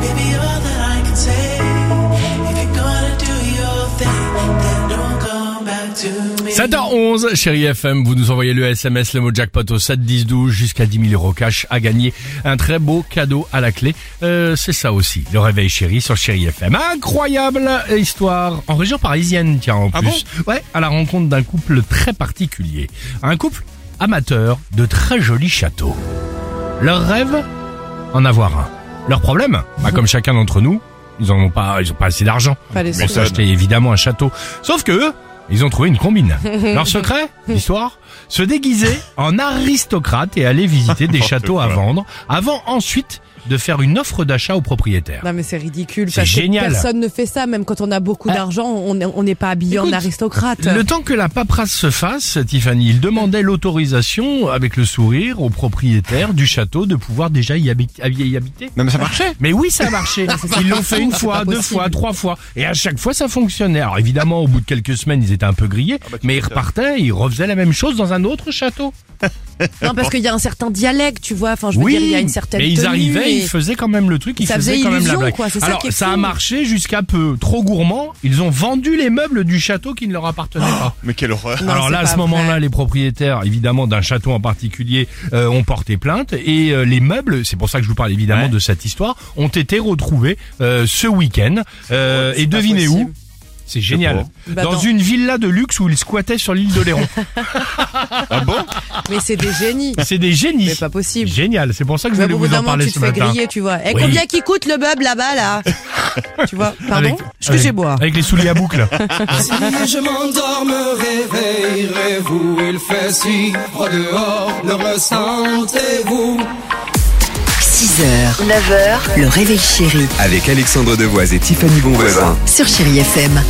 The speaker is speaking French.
Maybe all that I can say. If you're gonna do your thing, then don't come back to me. 7h11, chérie FM, vous nous envoyez le SMS, le mot jackpot au 7 10 12 jusqu'à 10 000 euros cash à gagner. Un très beau cadeau à la clé. Euh, c'est ça aussi, le réveil chéri sur chérie FM. Incroyable histoire en région parisienne, tiens en plus. ouais, à la rencontre d'un couple très particulier. Un couple amateur de très jolis châteaux. Leur rêve En avoir un. Leur problème bah, Comme chacun d'entre nous, ils n'ont pas, ils ont pas assez d'argent pour s'acheter évidemment un château. Sauf que eux, ils ont trouvé une combine. Leur secret, l'histoire, se déguiser en aristocrate et aller visiter des châteaux à vendre, avant ensuite de faire une offre d'achat au propriétaire. Non mais c'est ridicule. C'est parce que génial. Ah. Personne ne fait ça, même quand on a beaucoup d'argent, on n'est on n'est pas habillé Écoute, en aristocrate. Le temps que la paperasse se fasse, Tiffany, il demandait l'autorisation, avec le sourire, au propriétaire du château de pouvoir déjà y, habit- y habiter. Non mais ça marchait Mais oui, ça a marché. Ils l'ont fait une fois, deux fois, trois fois. Et à chaque fois, ça fonctionnait. Alors évidemment, au bout de quelques semaines, ils étaient un peu grillés, Ah, bah, mais ils repartaient, ils refaisaient la même chose dans un autre château. Non parce qu'il y a un certain dialecte, tu vois. Enfin, je veux dire, il y a une certaine. mais ils tenue arrivaient, et- ils faisaient quand même le truc, ils Ça faisaient faisait quand même la illusion, blague. quoi, c'est ça Alors, qui est ça a fou. marché jusqu'à peu. Trop gourmand, ils ont vendu les meubles du château qui ne leur appartenaient Oh pas. Mais quelle horreur Non, Alors c'est là, à pas ce moment-là, vrai. les propriétaires, évidemment, d'un château en particulier, euh, ont porté plainte et euh, les meubles, c'est pour ça que je vous parle évidemment de cette histoire, ont été retrouvés euh, ce week-end. Euh, et devinez où C'est génial. Bah, dans dans- une villa de luxe où ils squattaient sur l'île d'Oléron. Mais c'est des génies. c'est des génies. Mais pas possible. Génial. C'est pour ça que je Mais au voulais bout vous d'un en moment, parler tu te ce fais matin. griller, tu vois. Et Oui. combien qui coûte le meuble là-bas là Tu vois Pardon Avec- Ce que j'ai avec- boire. Avec les souliers à boucle. Si je m'endors, me réveillerez-vous. Il fait si froid dehors, le ressentez-vous 6h, 9h, le réveil chéri Avec Alexandre Devoise et Tiffany Bonvoisin. sur Chéri FM.